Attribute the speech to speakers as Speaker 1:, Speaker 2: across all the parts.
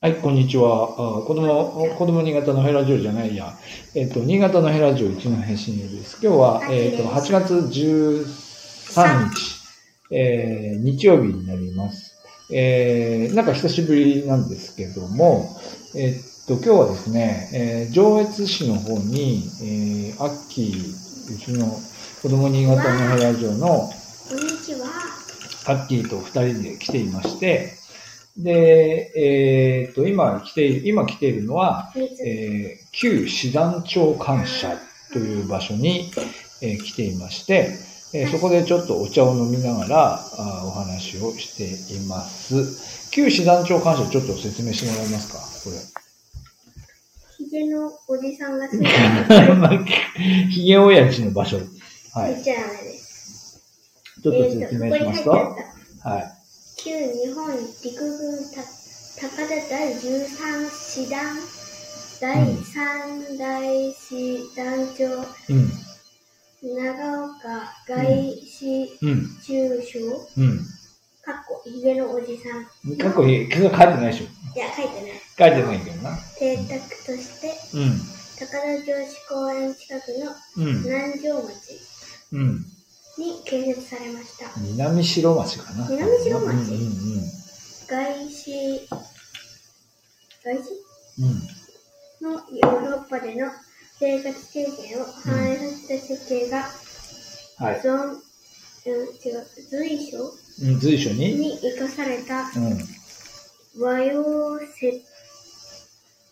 Speaker 1: はい、こんにちは。あ子供、子供新潟のヘラジオじゃないや。えっ、と、新潟のヘラジオ1の編集です。今日は、えっ、と、8月13日、えー、日曜日になります。えー、なんか久しぶりなんですけども、えっ、と、今日はですね、えー、上越市の方に、えー、秋、うちの子供新潟のヘラジオの、
Speaker 2: こんにちは。
Speaker 1: アッキーと2人で来ていまして、で、えっ、ー、と、今来ている、今来ているのは、えー、旧師団長感謝という場所に、えー、来ていまして、えー、そこでちょっとお茶を飲みながらあお話をしています。旧師団長感謝ちょっと説明してもらえますかこれ。
Speaker 2: ヒゲのおじさんが住ん
Speaker 1: ヒゲ親父の場所。はい。
Speaker 2: 言っちゃダメです。
Speaker 1: ちょっと説明しますと。はい。
Speaker 2: 旧日本陸軍た高田第13師団第3代師団長、
Speaker 1: うん、
Speaker 2: 長岡外師中将、
Speaker 1: うんうん、
Speaker 2: かっこひげのおじさん。
Speaker 1: かっこひげ、書いてないでしょ。
Speaker 2: いや、書いてない。
Speaker 1: 書いてないけどな。
Speaker 2: 邸宅として、
Speaker 1: うん、
Speaker 2: 高田城址公園近くの南城町。
Speaker 1: うん
Speaker 2: に建設されました。
Speaker 1: 南城町かな。
Speaker 2: 南城町。うんう
Speaker 1: う
Speaker 2: ん
Speaker 1: ん、
Speaker 2: 外資、外資、
Speaker 1: うん、
Speaker 2: のヨーロッパでの生活経験を反映させた設計が、
Speaker 1: うん、はい。
Speaker 2: 存、うん、違う、随所、
Speaker 1: うん、随所に
Speaker 2: に生かされた、
Speaker 1: うん、
Speaker 2: 和洋折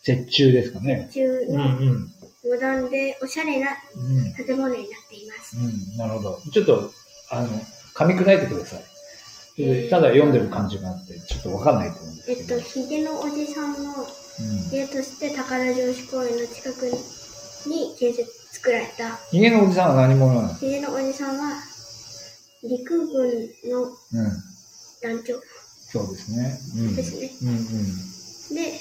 Speaker 1: 折衷ですかね。
Speaker 2: 折衷
Speaker 1: の、うんうん
Speaker 2: モダンでおしゃれな建物になっています。
Speaker 1: うん、うん、なるほど。ちょっと、あの、噛み砕いてください。えー、ただ読んでる感じがあって、ちょっとわかんないと思うんです
Speaker 2: けど。えっと、ひげのおじさんの家として、宝城市公園の近くに建設、作られた。
Speaker 1: ひげのおじさんは何者なの
Speaker 2: ひげのおじさんは、陸軍の団長。うん、
Speaker 1: そうですね。うん、
Speaker 2: ですね。、
Speaker 1: うんうん
Speaker 2: で、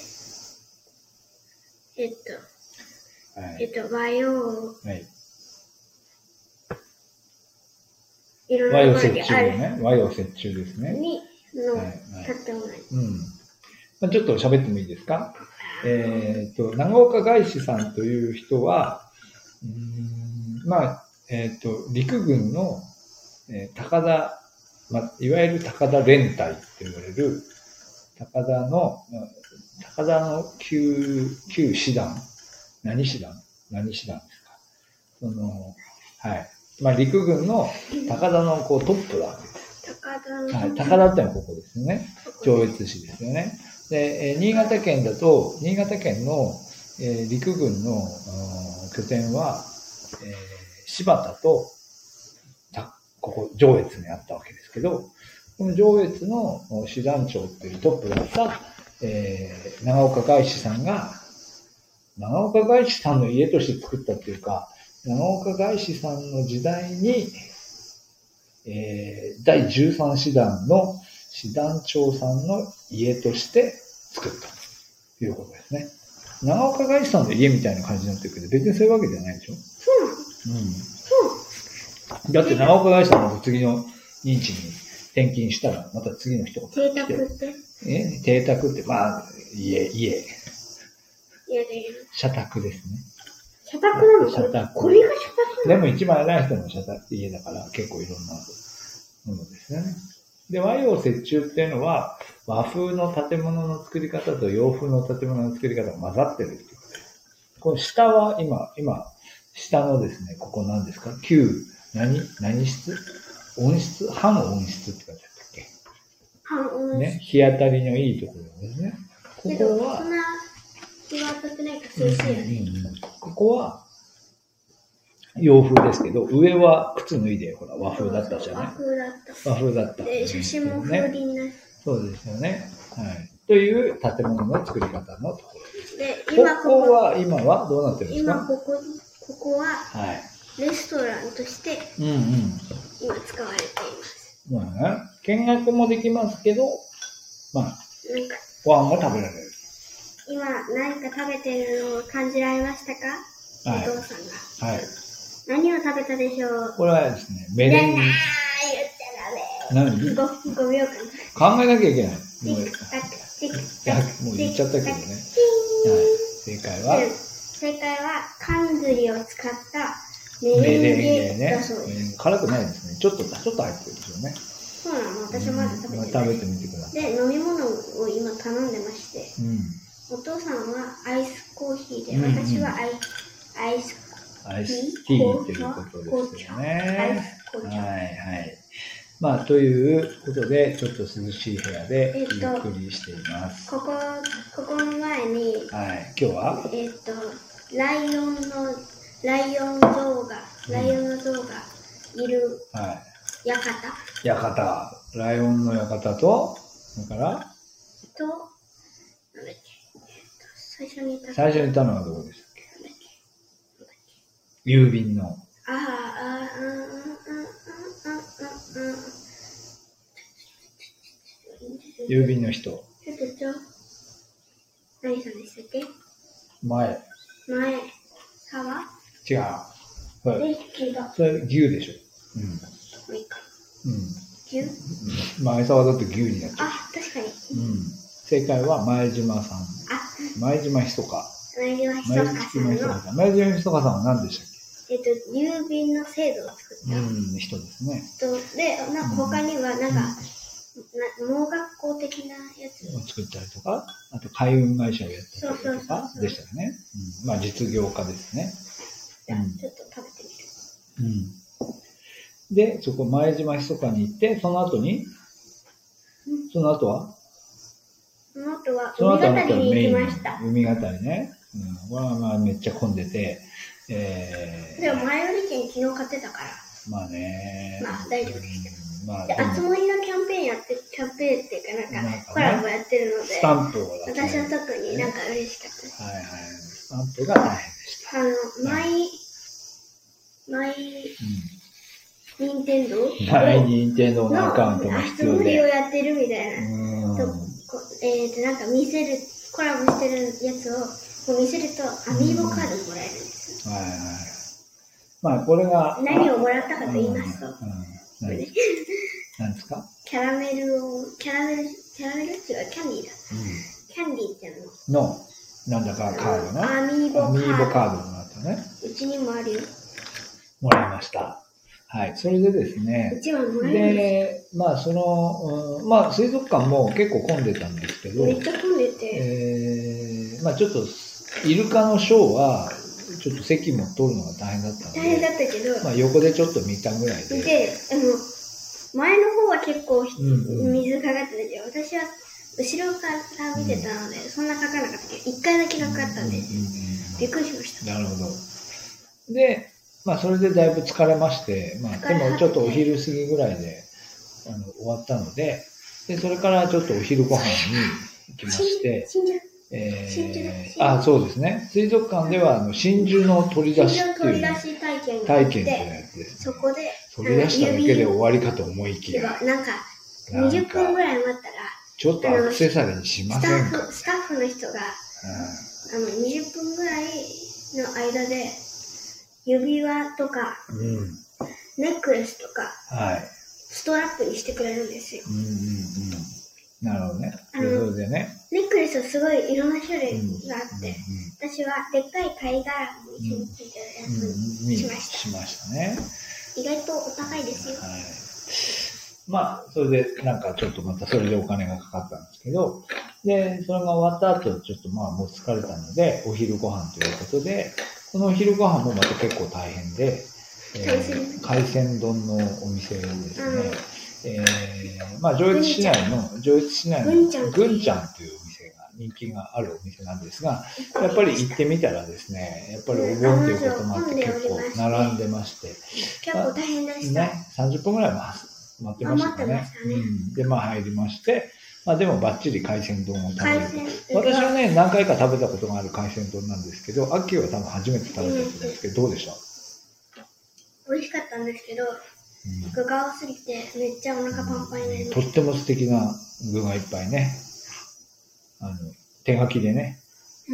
Speaker 2: えっと、はい、えっと、和洋。
Speaker 1: はい。
Speaker 2: いろ
Speaker 1: んな和洋折衷ね。和洋折衷ですね。
Speaker 2: に、の、はい建物、はい。うん。。
Speaker 1: まあ、ちょっと喋ってもいいですかえー、っと、長岡外資さんという人は、うん、まあ、えー、っと、陸軍の、えー、高田、まあ、いわゆる高田連隊って言われる、高田の、高田の旧、旧師団何師団何師団ですかその、はい。まあ、陸軍の高田のこうトップなわけです
Speaker 2: 高田
Speaker 1: はい。高田ってのはここですよね。上越市ですよね。で、えー、新潟県だと、新潟県の、えー、陸軍の拠点は、えー、柴田と、たここ、上越にあったわけですけど、この上越の師団長っていうトップだった、えー、長岡外資さんが、長岡外資さんの家として作ったっていうか、長岡外資さんの時代に、えー、第13師団の師団長さんの家として作ったということですね。長岡外資さんの家みたいな感じになってるけど、別にそういうわけじゃないでしょ
Speaker 2: そう
Speaker 1: なのうん。
Speaker 2: そう
Speaker 1: だって長岡外資さんの次の認知に転勤したら、また次の人が
Speaker 2: 来て。邸宅って
Speaker 1: え邸宅って、まあ、家、家。社宅ですね。
Speaker 2: 社宅なの
Speaker 1: 社宅。
Speaker 2: これが社宅
Speaker 1: でも一番偉い人の社宅家だから結構いろんなものですよね。で、和洋折衷っていうのは和風の建物の作り方と洋風の建物の作り方が混ざってるっていうことです。この下は今、今、下のですね、ここ何ですか旧、何、何室温室半温室って書いてあったっけ
Speaker 2: 半温室。
Speaker 1: ね、日当たりのいいところですね。ここは、ここは洋風ですけど、上は靴脱いで、ほら、和風だったじゃない。
Speaker 2: 和風だった
Speaker 1: 和風だった。
Speaker 2: で、写真も風鈴な、ね、
Speaker 1: そうですよね。はい。という建物の作り方のところです。
Speaker 2: で、今
Speaker 1: ここは、今はどうなってるんですか
Speaker 2: 今ここ、ここは、、
Speaker 1: はい
Speaker 2: レストランとして、
Speaker 1: うんうん、
Speaker 2: 今使われています。
Speaker 1: まあ、見学もできますけど、まあ、
Speaker 2: なんか
Speaker 1: ご飯も食べられる。
Speaker 2: 今何か食べてるのを感じられましたか、
Speaker 1: はい、
Speaker 2: お父さ
Speaker 1: んが。はい。
Speaker 2: 何を食べたでしょう
Speaker 1: これはですね、メレンゲ。
Speaker 2: 言っちゃダメ。何
Speaker 1: 5,
Speaker 2: 5秒
Speaker 1: 間。考えなきゃいけない。
Speaker 2: ティックタック、ティック
Speaker 1: 100もう言っちゃったけどね。はい。正解は、
Speaker 2: 正解は、缶ずりを使ったメ
Speaker 1: メレン
Speaker 2: レン
Speaker 1: ゲ
Speaker 2: ゲ
Speaker 1: ね
Speaker 2: だそうです。。
Speaker 1: 辛くないですね。ちょっと、ちょっと入ってるでしょうね。
Speaker 2: そうなの、私まだ食べて
Speaker 1: まあ
Speaker 2: ない。
Speaker 1: 食べてみてください。
Speaker 2: で、飲み物を今頼んでまして、
Speaker 1: うん。
Speaker 2: お父さんはアイスコーヒーで、
Speaker 1: うんうん
Speaker 2: 私はアイアイス
Speaker 1: アイスティーということですよ
Speaker 2: アイ
Speaker 1: ね。
Speaker 2: ス紅
Speaker 1: はい
Speaker 2: 茶。
Speaker 1: はい。まあ、ということで、ちょっと涼しい部屋でゆっくりしています。
Speaker 2: ここ、ここの前に、
Speaker 1: はい。今日は
Speaker 2: えっ、と、ライオンの、ライオン像が、ライオンの像がいる
Speaker 1: はい。
Speaker 2: 館
Speaker 1: 館、ライオンの館と、それから、
Speaker 2: と、なんだっけ、えっ、と、最初にいた
Speaker 1: 最初にいたのはどこでしたっけ郵便の。
Speaker 2: ああ、ああ、うんうんうんうんうんうん。
Speaker 1: 郵便の人。
Speaker 2: ちょっとちょ、何さんでしたっけ
Speaker 1: 前。
Speaker 2: 前、沢
Speaker 1: 違う。それ、
Speaker 2: で、牛が、も
Speaker 1: それ牛でしょ。
Speaker 2: う一回。
Speaker 1: うん。うん。
Speaker 2: 牛
Speaker 1: 前沢だと牛になっちゃ
Speaker 2: あ、確かに。
Speaker 1: う。うん。正解は前島さん。
Speaker 2: あ、
Speaker 1: 前島ひそか。
Speaker 2: 前島ひそ
Speaker 1: 前
Speaker 2: か
Speaker 1: 島
Speaker 2: さん
Speaker 1: ひそ
Speaker 2: の
Speaker 1: か、さん。前島ひそかさんは何でしたっ
Speaker 2: えっと、郵便の制度を作っ
Speaker 1: け
Speaker 2: た。
Speaker 1: うん、人ですね。
Speaker 2: とで、なんか他には、なんか、な盲学校的なやつ。
Speaker 1: を作ったりとか、あと海運会社をやったり
Speaker 2: そう
Speaker 1: と
Speaker 2: そう
Speaker 1: か
Speaker 2: そう
Speaker 1: でしたよね。うん、まあ実業家ですね。
Speaker 2: じゃあ
Speaker 1: うん
Speaker 2: ちょっと食べてみる。
Speaker 1: うん、で、そこ前島ひそかに行って、その後に、その後は
Speaker 2: その後は、
Speaker 1: その
Speaker 2: 海
Speaker 1: 後は
Speaker 2: 語りに行きました。
Speaker 1: 海語りね。うん、これはまあめっちゃ混んでて、え
Speaker 2: でも
Speaker 1: ー、
Speaker 2: 前より券昨日買ってたから。
Speaker 1: まあね。
Speaker 2: まあ大丈夫です
Speaker 1: うんまあ、
Speaker 2: で、
Speaker 1: でも
Speaker 2: 熱盛のキャンペーンやって、キャンペーンっていうか、なん
Speaker 1: なんかね
Speaker 2: かコラボやってるので
Speaker 1: ス、タンプを出す
Speaker 2: 私は特になんか嬉しかったです。
Speaker 1: はいはい。スタンプが大変でした。
Speaker 2: あの、毎、毎、任天堂
Speaker 1: うん。はい、任天堂のアカウント
Speaker 2: の
Speaker 1: が
Speaker 2: 熱
Speaker 1: 必要
Speaker 2: 盛りを
Speaker 1: で。
Speaker 2: やってるみたいな。
Speaker 1: うん。
Speaker 2: そうこえー、となんか見せるコラボしてるやつをこう見せるとアミーボカードもらえるんです
Speaker 1: はいはい。まあ、これが。
Speaker 2: よ何
Speaker 1: を
Speaker 2: をもらったかと言いますと
Speaker 1: うん。何何ですか
Speaker 2: キャラメルをキャラメルキャラメル違うキャンディーだキャンディーっていう
Speaker 1: うん。の、なんだかカード
Speaker 2: の
Speaker 1: な。
Speaker 2: アミーボ
Speaker 1: アミーボ
Speaker 2: カー
Speaker 1: カードになったね。
Speaker 2: ドうちにもあるよ
Speaker 1: もらいました。はい。それでですね。
Speaker 2: 一番もらえるんで
Speaker 1: で、まあ、その、うんまあ、水族館も結構混んでたんですけ
Speaker 2: す
Speaker 1: ど、
Speaker 2: よめっちゃ混んでて、
Speaker 1: えー、まあ、ちょっと、イルカのショーは、ちょっと席も取るのが大変だったの
Speaker 2: 大変だ
Speaker 1: で、
Speaker 2: ったけど、
Speaker 1: まあ、横でちょっと見たぐらいで。
Speaker 2: であの前の方は結構ひ
Speaker 1: うんうん
Speaker 2: 水かかってたけど私は後ろから見てたので、そんなかかなかったけど一回だけかかった
Speaker 1: うんうん
Speaker 2: んで、
Speaker 1: うん
Speaker 2: びっくりしました
Speaker 1: なるほど。で、まあ、それでだいぶ疲れまして、まあ、
Speaker 2: 疲れ
Speaker 1: で
Speaker 2: 果て
Speaker 1: もち
Speaker 2: て
Speaker 1: ょっとお昼過ぎぐらいであの終わったので、で、それからちょっとお昼ご飯に行きま して、
Speaker 2: 死んじゃう
Speaker 1: え
Speaker 2: 真珠だ
Speaker 1: ー、あ、そうですね。水族館では、あの、真珠の取り出し
Speaker 2: 真
Speaker 1: って
Speaker 2: 取
Speaker 1: い
Speaker 2: り出
Speaker 1: う
Speaker 2: し体験があっ
Speaker 1: 体験という
Speaker 2: て、
Speaker 1: やつです
Speaker 2: そ。こで、
Speaker 1: 取り出しただけで終わりかと思いき
Speaker 2: 指
Speaker 1: や、
Speaker 2: がなんか、
Speaker 1: なん
Speaker 2: 20分ぐ
Speaker 1: か、
Speaker 2: らい待っ
Speaker 1: ちょっとアクセサリーにしたませ
Speaker 2: ら、スタッ
Speaker 1: んか
Speaker 2: フ、スタッフの人が、あの、20分ぐらいの間で、指輪とか、
Speaker 1: うん。うん。
Speaker 2: ネックレスとか、
Speaker 1: はい。
Speaker 2: ストラップにしてくれるんですよ。
Speaker 1: うんうんうん。なるほどね。
Speaker 2: あ
Speaker 1: で
Speaker 2: の
Speaker 1: それでね。
Speaker 2: ネックレスはすごいいろんな種類があ
Speaker 1: う
Speaker 2: っ
Speaker 1: ん
Speaker 2: て、
Speaker 1: うん
Speaker 2: 私はでっかい貝殻も一緒についてるやつ、
Speaker 1: うん、に
Speaker 2: しました
Speaker 1: しましたね。
Speaker 2: 意外とお高いですよ。
Speaker 1: はい。まあ、それで、なんかちょっとまたそれでお金がかかったんですけど、で、それが終わった後、ちょっとまあもう疲れたので、お昼ご飯ということで、このお昼ご飯もまた結構大変で、えー
Speaker 2: 海鮮
Speaker 1: 海鮮丼のお店です
Speaker 2: う
Speaker 1: ね
Speaker 2: ん、
Speaker 1: えーまあ上越市内の、上越市内の
Speaker 2: ぐんちゃん
Speaker 1: ぐんちゃんというお店が、人気があるお店なんですが、やっぱり行ってみたらですね、やっぱりお盆ということもあって結構並んでまして、
Speaker 2: 結構大変でした。
Speaker 1: ね、30分ぐらい待つ待ってましたか
Speaker 2: あ待って
Speaker 1: ね
Speaker 2: ましたね
Speaker 1: うん。で、まあ入りまして、まあでもバッチリ海鮮丼を食べ
Speaker 2: 海
Speaker 1: る
Speaker 2: 鮮
Speaker 1: と。私はね、何回か食べたことがある海鮮丼なんですけど、秋は多分初めて食べたんですけど、どうでした、
Speaker 2: 美味しかったんですけど、具が多すぎてめっちゃお腹パンパンになり
Speaker 1: うん、
Speaker 2: ま
Speaker 1: と
Speaker 2: し
Speaker 1: っても素敵な具がいっぱいね、あの、手書きでね、
Speaker 2: た。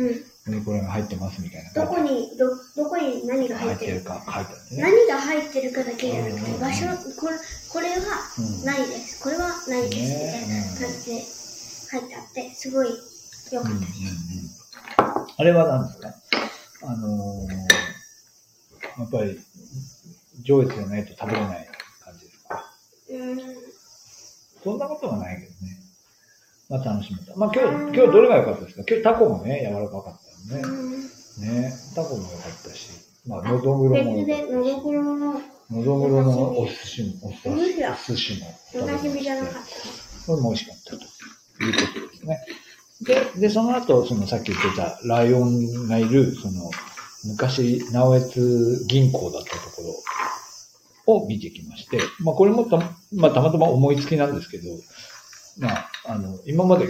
Speaker 2: うん。
Speaker 1: これが入ってますみたいな。
Speaker 2: どこにどどこに何が入
Speaker 1: 入っ
Speaker 2: って
Speaker 1: て
Speaker 2: る
Speaker 1: る
Speaker 2: か、
Speaker 1: か書いてあるんでね。
Speaker 2: 何が入ってるかだけじゃなく
Speaker 1: うん
Speaker 2: て場所これこれは
Speaker 1: うん
Speaker 2: ないです、これはないですみたいな感じで書いてあってすごいよ
Speaker 1: うん
Speaker 2: か
Speaker 1: う
Speaker 2: っ
Speaker 1: んうん
Speaker 2: たです。
Speaker 1: あれは何ですかあのーやっぱり、上越じゃないと食べれない感じですか
Speaker 2: うん。
Speaker 1: そんなことはないけどね。まあ楽しめた。まあ今日、今日どれが良かったですか今日タコもね、柔らかかったよね。ね、タコも良かったし、まあ、のどぐろも
Speaker 2: 別
Speaker 1: 良かった
Speaker 2: で、のど
Speaker 1: し、
Speaker 2: ぐろの
Speaker 1: のどぐろのお寿司も、お寿
Speaker 2: お寿司だ
Speaker 1: お寿司も食
Speaker 2: お
Speaker 1: べま
Speaker 2: なじみ
Speaker 1: し
Speaker 2: じゃな
Speaker 1: て
Speaker 2: か、った。
Speaker 1: これも美味しかったということですね。で、で、その後、そのさっき言ってたライオンがいる、その、昔、直江津銀行だったところを見てきまして、まあこれもた、まあたまたま思いつきなんですけど、まあ、あの、今まで、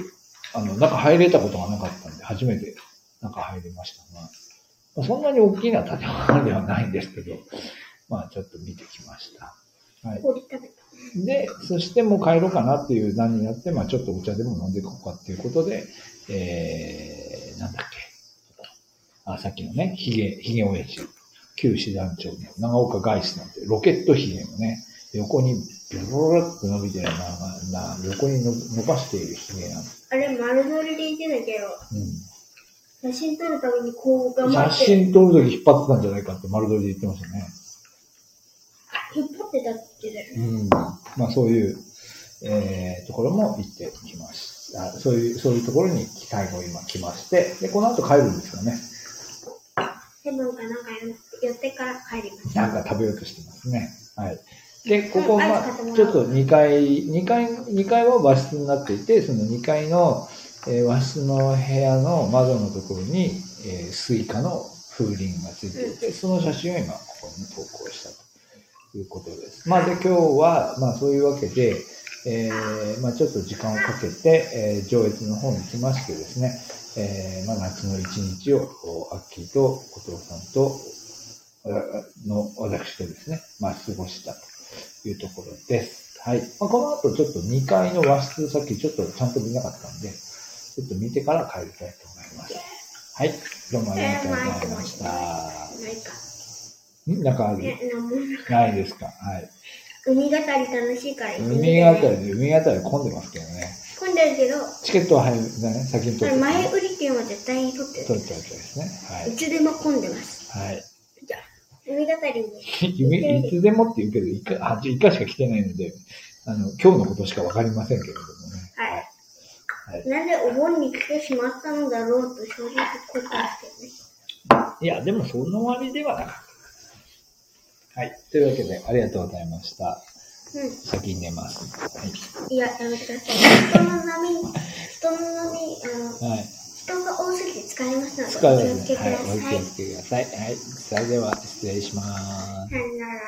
Speaker 1: あの、中入れたことがなかったんで、初めて中入りましたが、まあ、そんなに大きな建物ではないんですけど、まあちょっと見てきました。
Speaker 2: 氷食べた。
Speaker 1: で、そしてもう帰ろうかなっていう段になって、まあちょっとお茶でも飲んでいこうかっていうことで、えー、なんだっけ。あ、さっきのね、ヒゲ、ヒゲ親父。旧師団長の長岡外資なんて、ロケットヒゲのね、横にビョロロって伸びてるな、な、横にの伸ばしているヒゲなんです。
Speaker 2: あれ、丸乗りで言ってたけど、
Speaker 1: う
Speaker 2: 写真撮るためにこう頑
Speaker 1: ん。
Speaker 2: 張
Speaker 1: 写
Speaker 2: って、
Speaker 1: 真撮るとき引っ張ってたんじゃないかって丸取りで言ってましたね。
Speaker 2: 引っ張ってたってだよね。
Speaker 1: うん。まあそういう、えー、ところも行ってきました。そういう、そういうところに最後今来まして、で、この後帰るんですよね。
Speaker 2: ヘブンかなんか寄ってから帰りました。
Speaker 1: なんか食べようとしてますね。はい。で、ここ、
Speaker 2: うん
Speaker 1: ま
Speaker 2: アイス買ってもら
Speaker 1: あ、
Speaker 2: う
Speaker 1: ちょっと2階、2階、2階は和室になっていて、その2階の、えー和室の部屋の窓のところに、えースイカの風鈴がついていて、その写真を今、ここに投稿したということです。まあ、で、今日は、まあ、そういうわけで、えーまあ、ちょっと時間をかけて、えー上越の方に来ましてですね、えーまあ、夏の一日を、おアッキーとお父さんと、えーの私とですね、まあ、過ごしたというところです。はい。まあ、この後ちょっと2階の和室、さっきちょっとちゃんと見なかったんで、ちょっと見てから帰りたいと思います。はい。どうもありがとうございました。
Speaker 2: ないか。
Speaker 1: んなんかある
Speaker 2: ね、なんもない
Speaker 1: ないですかはい。
Speaker 2: 海語り楽しいから行ってみ
Speaker 1: 海
Speaker 2: て
Speaker 1: あた
Speaker 2: ね。
Speaker 1: り、海あたり混んでますけどね。
Speaker 2: 混んでるけど、
Speaker 1: チケットは早めだね、先に取って。
Speaker 2: 前売り券は絶対に取って
Speaker 1: 取
Speaker 2: る。
Speaker 1: っちゃうとですね。
Speaker 2: いつでも混んでます。
Speaker 1: はい。はい。
Speaker 2: 海語り に。
Speaker 1: 夢いつでもって言うけど、一回、あ一回しか来てないので、あの、今日のことしかわかりませんけれどもね。
Speaker 2: はいなぜお盆に来てしまったのだろうと正直後悔してる。
Speaker 1: いや、でもその割ではなかった。はい。というわけで、ありがとうございました。
Speaker 2: う
Speaker 1: 先に寝ます。はい。
Speaker 2: ん。いや、やめてください。人の波、人の波、あの、
Speaker 1: はい。
Speaker 2: 人が多すぎて疲れますので、
Speaker 1: 疲れま
Speaker 2: お気をつ
Speaker 1: すね。
Speaker 2: けく
Speaker 1: はい
Speaker 2: だ。
Speaker 1: お
Speaker 2: さ
Speaker 1: 気
Speaker 2: い
Speaker 1: を。つけください。はい。それでは、失礼します。
Speaker 2: さよなら。